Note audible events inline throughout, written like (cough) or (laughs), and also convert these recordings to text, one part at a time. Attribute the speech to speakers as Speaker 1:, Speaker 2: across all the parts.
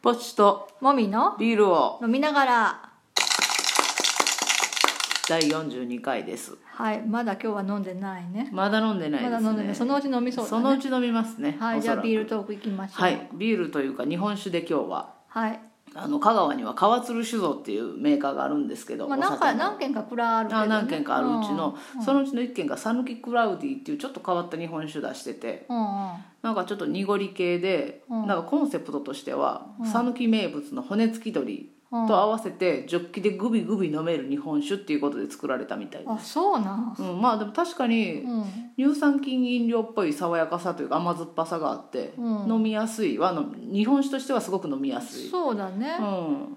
Speaker 1: ポチと
Speaker 2: もみの
Speaker 1: ビールを
Speaker 2: 飲みながら
Speaker 1: 第42回です
Speaker 2: はいまだ今日は飲んでないね
Speaker 1: まだ飲んでないで
Speaker 2: ます
Speaker 1: ね
Speaker 2: だ飲んでないそのうち飲みそうだ、ね、
Speaker 1: そのうち飲みますね
Speaker 2: はいじゃあビ
Speaker 1: ール
Speaker 2: ールトークいきましょう
Speaker 1: はいビールというか日本酒で今日は
Speaker 2: はい
Speaker 1: あの香川には川鶴酒造っていうメーカーがあるんですけど、
Speaker 2: まあ、
Speaker 1: お
Speaker 2: 何
Speaker 1: 酒
Speaker 2: か
Speaker 1: の
Speaker 2: 何軒か蔵あるけど、ね、
Speaker 1: あ何軒かあるうちの、
Speaker 2: うん
Speaker 1: そのうちの1軒が讃岐クラウディっていうちょっと変わった日本酒出してて
Speaker 2: うんうん
Speaker 1: なんかちょっと濁り系で、
Speaker 2: うん
Speaker 1: なんかコンセプトとしては讃岐、名物の骨付き鳥
Speaker 2: うん
Speaker 1: と合わせてジョッキでグビグビ飲める日本酒っていうことで作られたみたいで
Speaker 2: あそうなん
Speaker 1: す、うん、まあでも確かに
Speaker 2: うん
Speaker 1: 乳酸菌飲料っぽい爽やかさというか甘酸っぱさがあって、
Speaker 2: うん
Speaker 1: 飲みやすいはあの日本酒としてはすごく飲みやすい、
Speaker 2: そうだね
Speaker 1: う、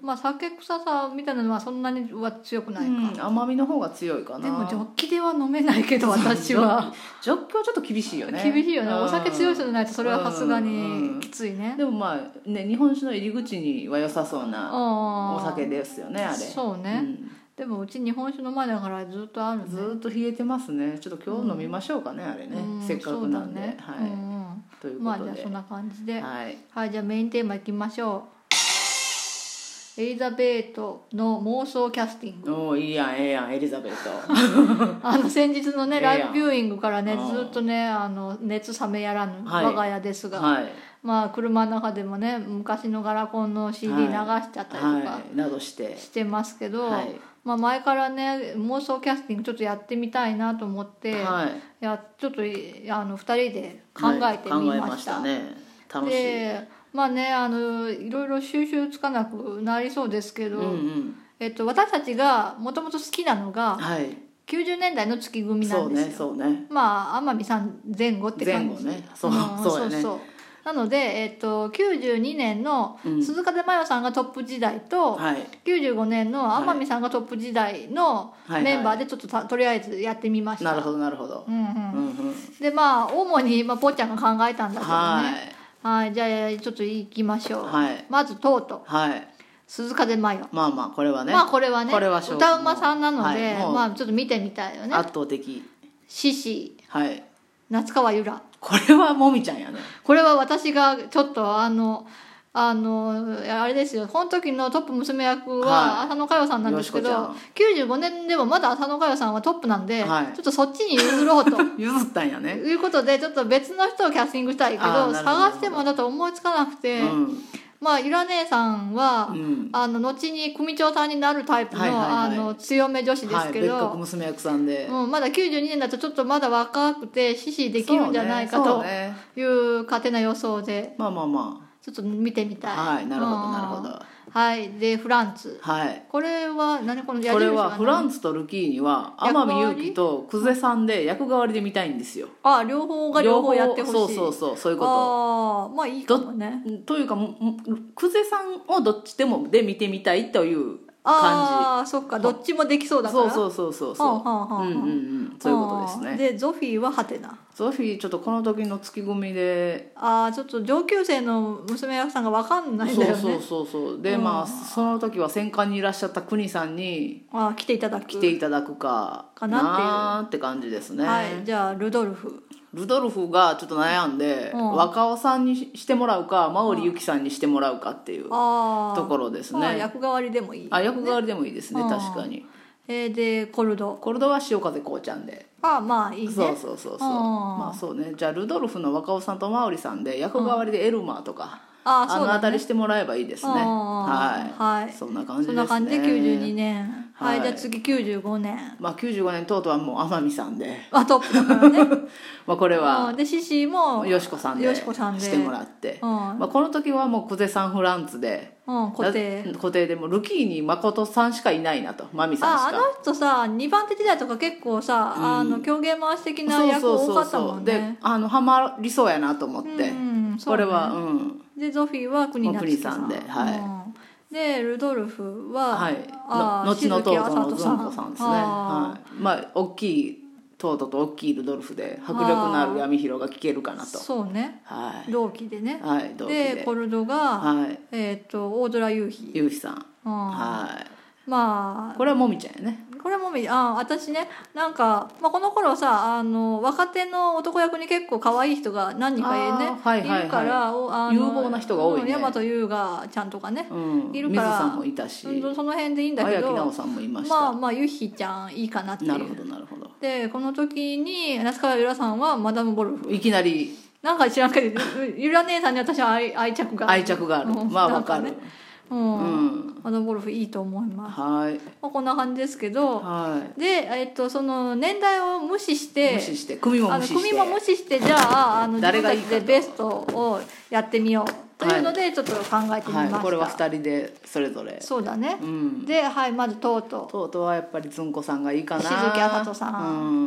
Speaker 1: ん
Speaker 2: まあ酒臭さみたいなのはそんなには強くないか、
Speaker 1: うん甘みの方が強いかな
Speaker 2: でもジョッキでは飲めないけど私は、
Speaker 1: ジョッキはちょっと厳しいよね
Speaker 2: 厳しいよね、
Speaker 1: うん
Speaker 2: お酒強い人じゃないとそれはさすが
Speaker 1: うん
Speaker 2: にきついね、
Speaker 1: でもまあね日本酒の入り口には良さそうな
Speaker 2: お
Speaker 1: お酒ですよねあれ
Speaker 2: そう
Speaker 1: う
Speaker 2: ね、
Speaker 1: ん
Speaker 2: でもうち日本酒の前だからずっとあるね
Speaker 1: ずーっと冷えてますねちょっと今日飲みましょうかね、あれね、
Speaker 2: うん
Speaker 1: せっかくなんで、
Speaker 2: そうだね
Speaker 1: はい、
Speaker 2: うんうん
Speaker 1: という
Speaker 2: ま
Speaker 1: こ
Speaker 2: あ
Speaker 1: と
Speaker 2: じゃあ
Speaker 1: で、
Speaker 2: そんな感じで、はい、
Speaker 1: はい
Speaker 2: じゃあメインテーマいきましょうエリザベートの妄想キャスティング
Speaker 1: おーいいやんええやんエリザベート
Speaker 2: あの先日のね
Speaker 1: ええや
Speaker 2: ラ
Speaker 1: ん
Speaker 2: イブビューイングからね
Speaker 1: うん
Speaker 2: ずっとねあの熱冷めやらぬ、
Speaker 1: はい
Speaker 2: 我が家ですが、
Speaker 1: はい
Speaker 2: まあ車の中でもね昔のガラコンの CD
Speaker 1: はい
Speaker 2: 流しちゃったりとか
Speaker 1: はい、などして
Speaker 2: してますけど、
Speaker 1: はい
Speaker 2: まあ、前からね妄想キャスティングちょっとやってみたいなと思って、
Speaker 1: はい
Speaker 2: いやちょっといあの2人で考えてみ
Speaker 1: はい考え
Speaker 2: ま
Speaker 1: ま
Speaker 2: し,、
Speaker 1: したたね楽しい、
Speaker 2: でまあねあのいろいろ収集つかなくなりそうですけ
Speaker 1: う
Speaker 2: ど、
Speaker 1: んうん、
Speaker 2: えっと、私たちがもともと好きなのが
Speaker 1: はい
Speaker 2: 90年代の月組な
Speaker 1: そ
Speaker 2: ん
Speaker 1: う
Speaker 2: ですよ
Speaker 1: ねそうね
Speaker 2: まあ天海さん前後って
Speaker 1: 前
Speaker 2: 感
Speaker 1: 後
Speaker 2: じ
Speaker 1: ねそう、
Speaker 2: ん
Speaker 1: (laughs) そうやね
Speaker 2: そうなので、えっと、92年の
Speaker 1: うん
Speaker 2: 鈴鹿で真代さんがトップ時代と、
Speaker 1: はい
Speaker 2: 95年の天海さんがトップ時代の
Speaker 1: はいはい
Speaker 2: メンバーでちょっとたとりあえずやってみました、
Speaker 1: なるほどなるほど、
Speaker 2: うんうん
Speaker 1: うんうん
Speaker 2: でまあ主に、まあ、ぽっちゃんが考えたんだけどねは
Speaker 1: はいい
Speaker 2: じゃあちょっと行きましょう、
Speaker 1: はい
Speaker 2: まずとうとう
Speaker 1: はい
Speaker 2: 鈴鹿で真代、
Speaker 1: まあまあこれはね,、
Speaker 2: まあこれはね
Speaker 1: これはしょう
Speaker 2: 歌うまさんなので、
Speaker 1: はいもう
Speaker 2: まあちょっと見てみたいよね
Speaker 1: 圧倒的
Speaker 2: 獅子
Speaker 1: はい
Speaker 2: 夏川由良
Speaker 1: これはもみちゃんやね (laughs)
Speaker 2: これは私がちょっとあのあのあれですよこの時のトップ娘役は
Speaker 1: はい
Speaker 2: 浅野佳代さんなんですけど、
Speaker 1: よしこ
Speaker 2: 95年でもまだ浅野佳代さんはトップなんで、
Speaker 1: はい
Speaker 2: ちょっとそっちに譲ろうと
Speaker 1: 譲ったんや (laughs) ね、
Speaker 2: いうことでちょっと別の人をキャスティングしたいけど
Speaker 1: あーなるほど
Speaker 2: 探してもだと思いつかなくて、
Speaker 1: うん
Speaker 2: まあゆら姉さんは、
Speaker 1: うん
Speaker 2: あの後に組長さんになるタイプの,、
Speaker 1: はいはいはい
Speaker 2: あの強め女子ですけど。
Speaker 1: はい、別格娘役さんで、
Speaker 2: うん、まだ92年だとちょっとまだ若くて獅子できるんじゃないか
Speaker 1: そう
Speaker 2: と
Speaker 1: ねそうね
Speaker 2: いう勝手な予想で
Speaker 1: まあまあま
Speaker 2: ちょっと見てみ
Speaker 1: あ
Speaker 2: たい。
Speaker 1: はいなるほど
Speaker 2: うん
Speaker 1: なるほど
Speaker 2: はい、でフランツ。
Speaker 1: はい
Speaker 2: これは何この矢
Speaker 1: これ
Speaker 2: 印
Speaker 1: は
Speaker 2: は
Speaker 1: フランツとルキーニは
Speaker 2: 役
Speaker 1: 天
Speaker 2: 割
Speaker 1: 海祐希と久世さんで役代わりで見たいんですよ
Speaker 2: あ、両方が両方やってほしい。
Speaker 1: そうそう
Speaker 2: う。
Speaker 1: そうそういうこ
Speaker 2: ああ、まあいいかもね。
Speaker 1: とというかもも久世さんをどっちでもで見てみたいという感
Speaker 2: ああ、そっか、どっちもできそう
Speaker 1: じ
Speaker 2: だから。
Speaker 1: そうそううそうそう
Speaker 2: はあ
Speaker 1: そ
Speaker 2: はあは
Speaker 1: う
Speaker 2: あ
Speaker 1: うんうんうんそういうことです
Speaker 2: あー
Speaker 1: ね
Speaker 2: でゾフィーはハテナ。
Speaker 1: ゾフィーちょっとこの時の月組で
Speaker 2: ああ、ちょっと上級生の娘役さんがわかんないんだ
Speaker 1: そう
Speaker 2: よね。
Speaker 1: そうそうそうで
Speaker 2: うん
Speaker 1: まあその時は戦艦にいらっしゃった国さんに
Speaker 2: ああ、来ていただく。
Speaker 1: 来ていただくか
Speaker 2: かなっていう
Speaker 1: ーって感じですね、
Speaker 2: はい、じゃあルドルフ。
Speaker 1: ルドルフがちょっと悩んで、
Speaker 2: うん
Speaker 1: 若尾さんにしてもらうかマオリユキさんにしてもらうかっていうと
Speaker 2: ああ。
Speaker 1: ころです
Speaker 2: まあ
Speaker 1: ね、
Speaker 2: 役代わりでもいい。
Speaker 1: あ役代わりでもいいですね
Speaker 2: うん
Speaker 1: 確かに
Speaker 2: えー、でコルド。
Speaker 1: コルドは潮風こうちゃんで
Speaker 2: ああ、まあいいね。
Speaker 1: そうそうそうそう
Speaker 2: あー
Speaker 1: まあそうねじゃあルドルフの若尾さんとマオリさんで役代わりでエルマーとか、
Speaker 2: ああ、
Speaker 1: あ
Speaker 2: そう
Speaker 1: の
Speaker 2: だ、ね。
Speaker 1: 辺りしてもらえばいいですね
Speaker 2: あー
Speaker 1: はい、
Speaker 2: はい
Speaker 1: そんな感じで
Speaker 2: そ
Speaker 1: すね
Speaker 2: んな感じで92年は、
Speaker 1: はいい
Speaker 2: じゃあ次95年
Speaker 1: まあ95年とうとうはもう天海さんで、
Speaker 2: あトップだからね
Speaker 1: (laughs) まあ、これ
Speaker 2: う
Speaker 1: は
Speaker 2: んでシシも
Speaker 1: よしこさんで
Speaker 2: よしこさんで
Speaker 1: してもらって、
Speaker 2: うん、
Speaker 1: まあ、この時はもう久世さんフランツで
Speaker 2: うん、固定
Speaker 1: だ固定でもうルキーに誠さんしかいないなとマミさんし
Speaker 2: ああ
Speaker 1: か
Speaker 2: の人さ2番手時代とか結構さ、あの狂言回し的な役多かったもん
Speaker 1: で
Speaker 2: ね
Speaker 1: あのハマりそうやなと思って、
Speaker 2: うんそ
Speaker 1: こ
Speaker 2: うね
Speaker 1: れはうん
Speaker 2: でゾフィーは国夏樹さん
Speaker 1: もう国さんではい
Speaker 2: うんでルドルフは、
Speaker 1: はい
Speaker 2: あ
Speaker 1: の後のトートのズンコ
Speaker 2: 静木
Speaker 1: さん
Speaker 2: あ
Speaker 1: です
Speaker 2: と
Speaker 1: ね
Speaker 2: あ
Speaker 1: はいまあ大きいトートと大きいルドルフで迫力のある闇広が聞けるか
Speaker 2: ー
Speaker 1: なと
Speaker 2: そうね
Speaker 1: はい
Speaker 2: 同期でね
Speaker 1: はい同期
Speaker 2: で
Speaker 1: で
Speaker 2: コルドが、
Speaker 1: はい
Speaker 2: えっ、と大空優秀
Speaker 1: ゆうひさん
Speaker 2: うん
Speaker 1: は
Speaker 2: まあ
Speaker 1: いこれはもみちゃんやね
Speaker 2: ここれもみあ私ねなんか、まあ、この頃さあの若手の男役に結構可愛い人が何人かい,、ね
Speaker 1: あーはいはいはい
Speaker 2: いるからおあの
Speaker 1: 有望な人が多いね
Speaker 2: うん大和優雅ちゃんとかね、
Speaker 1: うん、
Speaker 2: いるから
Speaker 1: 水さんもいたし、
Speaker 2: うん、その辺でいいんだけ
Speaker 1: 綾木
Speaker 2: ど
Speaker 1: 奈緒さんもいました、
Speaker 2: まあまあゆひちゃんいいかなっていう
Speaker 1: なるほどなるほど
Speaker 2: でこの時に夏川ゆらさんはマダム・ボルフ
Speaker 1: いきなり
Speaker 2: なんか知らんけどゆら姉さんに私は愛愛着が
Speaker 1: 愛着がある、
Speaker 2: うん
Speaker 1: まあわかる
Speaker 2: なんねう
Speaker 1: うんん
Speaker 2: マダム・ボルフいいと思います、
Speaker 1: はい
Speaker 2: まあ、こんな感じですけど
Speaker 1: は
Speaker 2: で、えっと、その年代を無視し
Speaker 1: い
Speaker 2: て
Speaker 1: 無視して組も
Speaker 2: あ
Speaker 1: 無視
Speaker 2: の
Speaker 1: して
Speaker 2: 組も無視してじゃああの自
Speaker 1: 誰
Speaker 2: 分
Speaker 1: が
Speaker 2: た
Speaker 1: いい
Speaker 2: ち
Speaker 1: かと
Speaker 2: でベストをやってみようというのでちょっと考えてみました、
Speaker 1: はい、これは二人でそれぞれ
Speaker 2: そうだね
Speaker 1: う、ん
Speaker 2: で、はい、まずとうと
Speaker 1: とうとうはやっぱりずんこさんがいいか
Speaker 2: う
Speaker 1: な
Speaker 2: 静木あかとさん、
Speaker 1: うん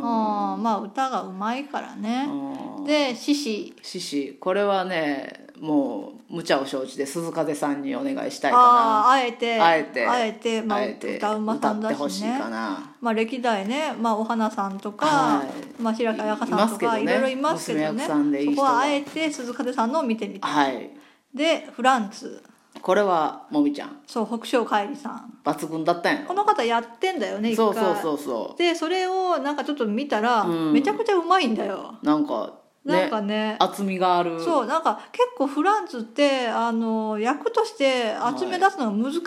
Speaker 2: うんまあ歌がうまいからね、
Speaker 1: うん
Speaker 2: で獅子
Speaker 1: 獅子これはねもう無茶を承知で鈴風さんにお願いしたい
Speaker 2: あ
Speaker 1: か
Speaker 2: ああえて
Speaker 1: なあえて
Speaker 2: まあ、
Speaker 1: あえて
Speaker 2: 歌うまさん
Speaker 1: 歌って
Speaker 2: だ
Speaker 1: ほし
Speaker 2: し
Speaker 1: い
Speaker 2: ね
Speaker 1: かな
Speaker 2: まあ、歴代ね、まあ、お花さんとか、
Speaker 1: はい
Speaker 2: まあ、白木彩香さんとか
Speaker 1: いますけど
Speaker 2: い,、
Speaker 1: ね
Speaker 2: ろいろいますけ
Speaker 1: 娘
Speaker 2: どね
Speaker 1: 役さんでいい人
Speaker 2: そ
Speaker 1: が
Speaker 2: こはあえて鈴風さんのを見てみた
Speaker 1: はい
Speaker 2: でフランツ
Speaker 1: これはもみちゃん
Speaker 2: そう北昇海里さん
Speaker 1: 抜群だったんや
Speaker 2: この方やってんだよね一
Speaker 1: そ
Speaker 2: 回
Speaker 1: うそうそうそ
Speaker 2: でそれをなんかちょっと見たら、
Speaker 1: うん
Speaker 2: めちゃくちゃうまいんだよ
Speaker 1: うなんか
Speaker 2: なん
Speaker 1: ね
Speaker 2: かね
Speaker 1: 厚みがある
Speaker 2: そうなんか結構フランツってあの役として集め出すのが難し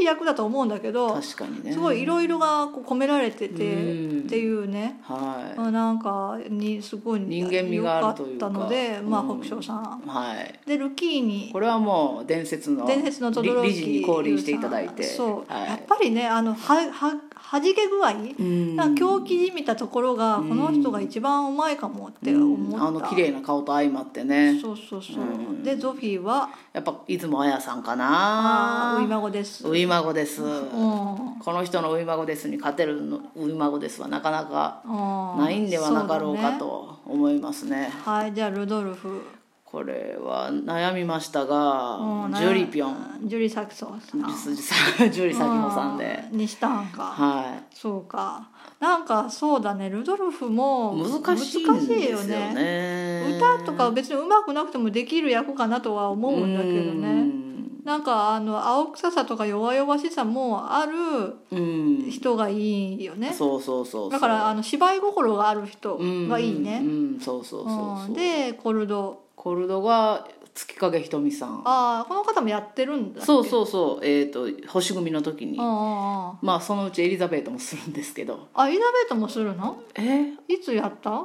Speaker 2: い役だと思うんだけど、
Speaker 1: 確かにね
Speaker 2: すごいいろいろがこう込められてて、
Speaker 1: うん
Speaker 2: っていうね
Speaker 1: は
Speaker 2: あなんかにすごい
Speaker 1: 人間味があるというか
Speaker 2: 良かったので、ま
Speaker 1: う
Speaker 2: あ、
Speaker 1: ん
Speaker 2: 北昇さん
Speaker 1: いはい
Speaker 2: でルキーニ
Speaker 1: これはもう伝説の
Speaker 2: 伝説の
Speaker 1: 理
Speaker 2: 轟
Speaker 1: 理事に降臨していただいて
Speaker 2: そう、
Speaker 1: は
Speaker 2: やっ
Speaker 1: い
Speaker 2: ぱりねあのはははじけ具合
Speaker 1: うん
Speaker 2: なんか狂気じみたところが
Speaker 1: うん
Speaker 2: この人が一番うまいかもって思った、
Speaker 1: うんあの綺麗な顔と相まってね
Speaker 2: そうそうそう、
Speaker 1: うん
Speaker 2: でゾフィーは
Speaker 1: やっぱ出雲彩さんか
Speaker 2: あ
Speaker 1: な
Speaker 2: あウイマゴです
Speaker 1: うい孫です、
Speaker 2: うん
Speaker 1: この人のうい孫ですに勝てるのうい孫ですはなかなか
Speaker 2: うん
Speaker 1: ないんではなかろうか
Speaker 2: そだね
Speaker 1: と思いますね
Speaker 2: はいじゃあルドルフ
Speaker 1: これは悩みましたが、
Speaker 2: うん
Speaker 1: ジュリピョン
Speaker 2: ジュリ・サクソンさん
Speaker 1: ジュジュさんジュリサキホさんで
Speaker 2: うん西丹か、
Speaker 1: は
Speaker 2: そうかなんかそうだねルドルフも
Speaker 1: い難しいんですよね
Speaker 2: 歌とか別にうまくなくてもできる役かなとは思うんだけどねなんかあの青臭さとか弱々しさもある
Speaker 1: うんうん
Speaker 2: 人がいいよね
Speaker 1: そうそうそうそう
Speaker 2: だからあの芝居心がある人がいい
Speaker 1: うん
Speaker 2: ね、
Speaker 1: うんそうそうそう
Speaker 2: う、
Speaker 1: そうん
Speaker 2: でコルド
Speaker 1: コルドが月影ひとみさん
Speaker 2: ああこの方もやってるんだっけ
Speaker 1: そう
Speaker 2: う
Speaker 1: そうそうえっ、と星組の時に
Speaker 2: んうんうん
Speaker 1: まあそのうちエリザベートもするんですけど
Speaker 2: あエリザベートもするの
Speaker 1: え
Speaker 2: いつやった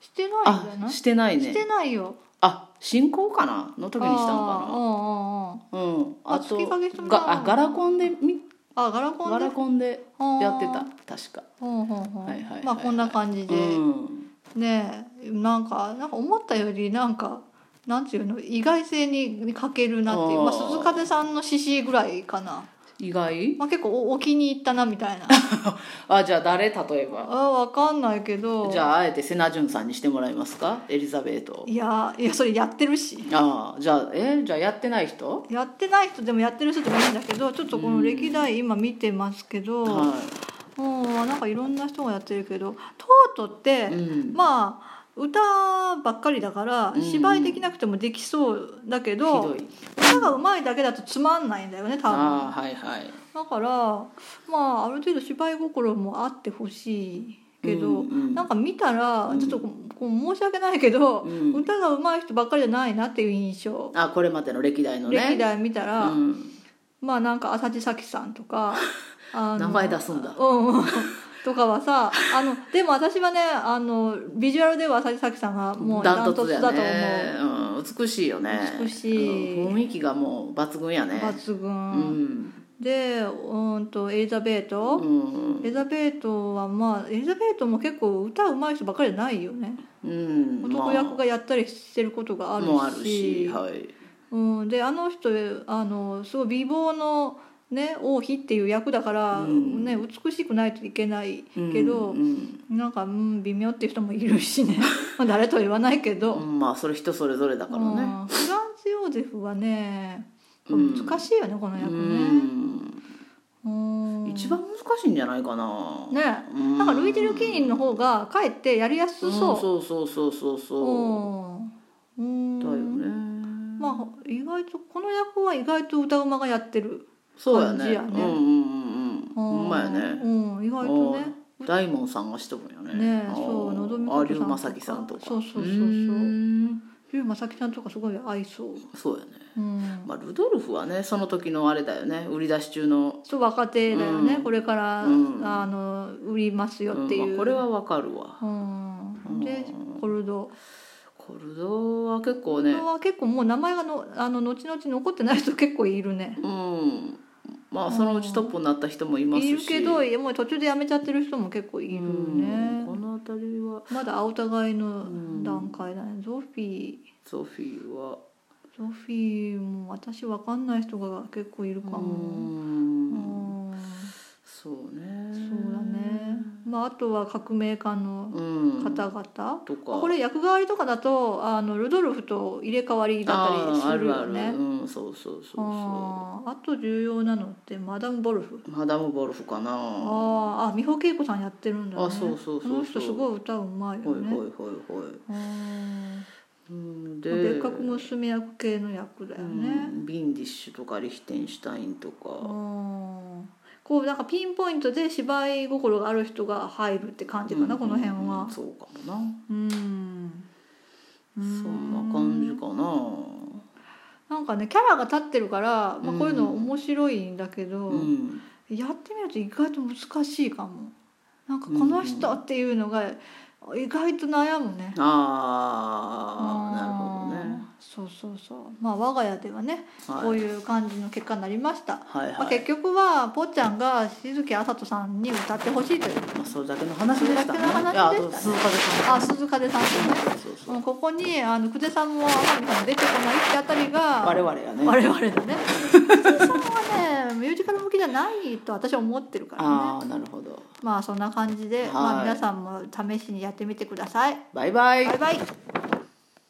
Speaker 2: してないんじゃ
Speaker 1: あ
Speaker 2: ない
Speaker 1: してない
Speaker 2: し
Speaker 1: ね
Speaker 2: てないよ
Speaker 1: あ進行かなの時にした
Speaker 2: あー
Speaker 1: の
Speaker 2: うんうんう
Speaker 1: かなう
Speaker 2: ん
Speaker 1: ん
Speaker 2: あ
Speaker 1: あと
Speaker 2: 月影ひとみさん
Speaker 1: があガラコンでみ
Speaker 2: あガラコンで
Speaker 1: ガラコンでやってた
Speaker 2: あー
Speaker 1: 確か
Speaker 2: ほうほうほう
Speaker 1: はいはいはいはい
Speaker 2: まあこんな感じで、
Speaker 1: うん
Speaker 2: ねえなんかなんか思ったよりなんかなんていうの意外性に欠けるなっていう
Speaker 1: あー
Speaker 2: まあ、鈴風さんの獅子ぐらいかな、
Speaker 1: 意外
Speaker 2: まあ、結構おお気に入ったなみた
Speaker 1: (laughs)
Speaker 2: いな
Speaker 1: あじゃあ誰例えば
Speaker 2: あわかんないけど
Speaker 1: じゃああえてセナジュンさんにしてもらえますかエリザベートを
Speaker 2: いやいやそれやってるし
Speaker 1: ああじゃあえじゃあやってない人
Speaker 2: やってない人でもやってる人でもいいんだけどちょっとこの歴代今見てますけど、
Speaker 1: は
Speaker 2: もうなんかいろんな人がやってるけどトートっ
Speaker 1: い、
Speaker 2: て、
Speaker 1: うん、
Speaker 2: まあ歌ばっかりだから
Speaker 1: うん
Speaker 2: 芝居できなくてもできそうだけ
Speaker 1: ひ
Speaker 2: ど、
Speaker 1: どい
Speaker 2: 歌がうまいだけだとつまんないんだよね多分
Speaker 1: ああはいはい
Speaker 2: だからまあある程度芝居心もあってほしいけど、
Speaker 1: うんうん
Speaker 2: なんか見たら
Speaker 1: うん
Speaker 2: ちょっとこうこう申し訳ないけど、
Speaker 1: うん
Speaker 2: 歌がうまい人ばっかりじゃないなっていう印象、
Speaker 1: あこれまでの歴代のね
Speaker 2: 歴代見たら、
Speaker 1: うん、
Speaker 2: まあなんか浅地咲さんと
Speaker 1: (laughs)
Speaker 2: かあの
Speaker 1: 名前出すんだ
Speaker 2: うんうんとかはさあのでも私はねあのビジュアルでは浅地咲さんがもうダ
Speaker 1: ダ
Speaker 2: ン
Speaker 1: ン
Speaker 2: ト
Speaker 1: トツ
Speaker 2: ツ
Speaker 1: だ
Speaker 2: だ
Speaker 1: よ
Speaker 2: と思う、
Speaker 1: ね、うん、美しいよね
Speaker 2: 美しい
Speaker 1: うん雰囲気がもう抜群やね
Speaker 2: 抜
Speaker 1: う
Speaker 2: 群、
Speaker 1: ん、
Speaker 2: でうんとエリザベー
Speaker 1: う
Speaker 2: ト、
Speaker 1: ん
Speaker 2: エリザベートはまあエリザベートも結構歌うまい人ばっかりじゃないよね
Speaker 1: うん、
Speaker 2: 男役がやったりしてることがあるし,、
Speaker 1: もうあるしはい
Speaker 2: うん、であの人あのすごい美貌の、ね、王妃っていう役だから、
Speaker 1: うん
Speaker 2: ね、美しくないといけないけ
Speaker 1: う
Speaker 2: ど、
Speaker 1: ん
Speaker 2: なんか、うん、微妙っていう人もいるし
Speaker 1: (laughs)
Speaker 2: ねまあ誰とは言わないけ
Speaker 1: う
Speaker 2: ど、
Speaker 1: んまあそれ人それぞれだか
Speaker 2: う
Speaker 1: ら
Speaker 2: んフ
Speaker 1: ね、
Speaker 2: ランス・ヨーゼフはね
Speaker 1: うん
Speaker 2: 難しいよね、この
Speaker 1: う
Speaker 2: 役ね、
Speaker 1: ん
Speaker 2: うん、
Speaker 1: 一番難しいんじゃないかな、
Speaker 2: ね
Speaker 1: うん
Speaker 2: なんかルイージ・ルキーニの方がかえってやりやす
Speaker 1: う
Speaker 2: そう、
Speaker 1: んそうそうそうそうそううんだよね
Speaker 2: まあ意外とこの役は意外と歌うまがやってる
Speaker 1: そうや
Speaker 2: 感じ
Speaker 1: ね
Speaker 2: やね
Speaker 1: うんうんうんうん
Speaker 2: あー
Speaker 1: ほんまやね
Speaker 2: うん、意外とね。
Speaker 1: あー大門さんがしとるんやね
Speaker 2: ねえ
Speaker 1: あー
Speaker 2: そうのぞみ
Speaker 1: あ
Speaker 2: こと
Speaker 1: 竜
Speaker 2: さんとか
Speaker 1: 正樹さんとか
Speaker 2: そうそうそうそう
Speaker 1: うん
Speaker 2: ゆうまさきちゃんとかすごい合いそう。
Speaker 1: そうやね
Speaker 2: うん。
Speaker 1: まあ、ルドルフはねその時のあれだよね売り出し中の、
Speaker 2: そう若手だよね、
Speaker 1: うん
Speaker 2: これから、
Speaker 1: うん
Speaker 2: あの売りますよ
Speaker 1: うん
Speaker 2: っていう。
Speaker 1: まあこれはわかるわ
Speaker 2: うん。で
Speaker 1: うん
Speaker 2: コルド。
Speaker 1: コルドは結構
Speaker 2: こ
Speaker 1: ね
Speaker 2: れは結構もう名前がのあの後々残ってない人結構いるね。
Speaker 1: うんまあそのうちトップになった人もいますし
Speaker 2: いるけどもう途中で辞めちゃってる人も結構いるね。
Speaker 1: うんこの辺りは
Speaker 2: まだお互
Speaker 1: う
Speaker 2: い
Speaker 1: ん
Speaker 2: の段階だね。ゾフィー。
Speaker 1: ソフィーは
Speaker 2: ゾフィーも私わかんない人が結構いるか
Speaker 1: う
Speaker 2: も。うんん
Speaker 1: そうね
Speaker 2: そうだね。まああとは革命家の
Speaker 1: うん
Speaker 2: 方々。
Speaker 1: とか
Speaker 2: これ役代わりとかだとあのルドルフと入れ替わりだったりするよ
Speaker 1: あーあるあ
Speaker 2: ね
Speaker 1: る。うんそうそうそうそ
Speaker 2: あーあと重要なのってマダム・ボルフ。
Speaker 1: うマダム・ボルフかなは
Speaker 2: あーあ美穂恵子さんやってるんだね
Speaker 1: あそうそうそうそう
Speaker 2: この人すごい歌うまい
Speaker 1: いは
Speaker 2: よ
Speaker 1: い
Speaker 2: ね、
Speaker 1: はいはい
Speaker 2: うん
Speaker 1: うんで
Speaker 2: 別格娘役系の役だよ
Speaker 1: う
Speaker 2: ね、
Speaker 1: んビンディッシュとかリヒテンシュタインと
Speaker 2: う
Speaker 1: か、
Speaker 2: んこうなんかピンポイントで芝居心がある人が入るって感じかな、
Speaker 1: うん
Speaker 2: この辺は
Speaker 1: そうかもな、
Speaker 2: うん
Speaker 1: そんな感じかな
Speaker 2: なんかねキャラが立ってるから、まあ、こういうの
Speaker 1: うん
Speaker 2: 面白いんだけど、
Speaker 1: うん
Speaker 2: やってみると意外と難しいかもなんかこの人っていうのが意外と悩むね、
Speaker 1: ああなるほどね
Speaker 2: そうそうそうまあ我が家ではね、
Speaker 1: はい
Speaker 2: こういう感じの結果になりました、
Speaker 1: はい
Speaker 2: まあ、
Speaker 1: はい、
Speaker 2: 結局はぽっちゃんが静木あさとさんに歌ってほしいという
Speaker 1: まあ、それだけの話でしたね
Speaker 2: それだけの話
Speaker 1: いやあ
Speaker 2: で
Speaker 1: と
Speaker 2: した
Speaker 1: 鈴
Speaker 2: ね
Speaker 1: 風さん
Speaker 2: あ鈴風さんとね
Speaker 1: そうそう
Speaker 2: もうここにあの久世さんも天海さんも出てこないってあたりが
Speaker 1: 我々やね
Speaker 2: 我々だね (laughs) 久世さんはねミュージカル向きじゃないと私は思ってるからね
Speaker 1: ああなるほど
Speaker 2: まあそんな感じで、
Speaker 1: はい
Speaker 2: まあ、皆さんも試しにやってみてください
Speaker 1: バイバイ
Speaker 2: バイバイ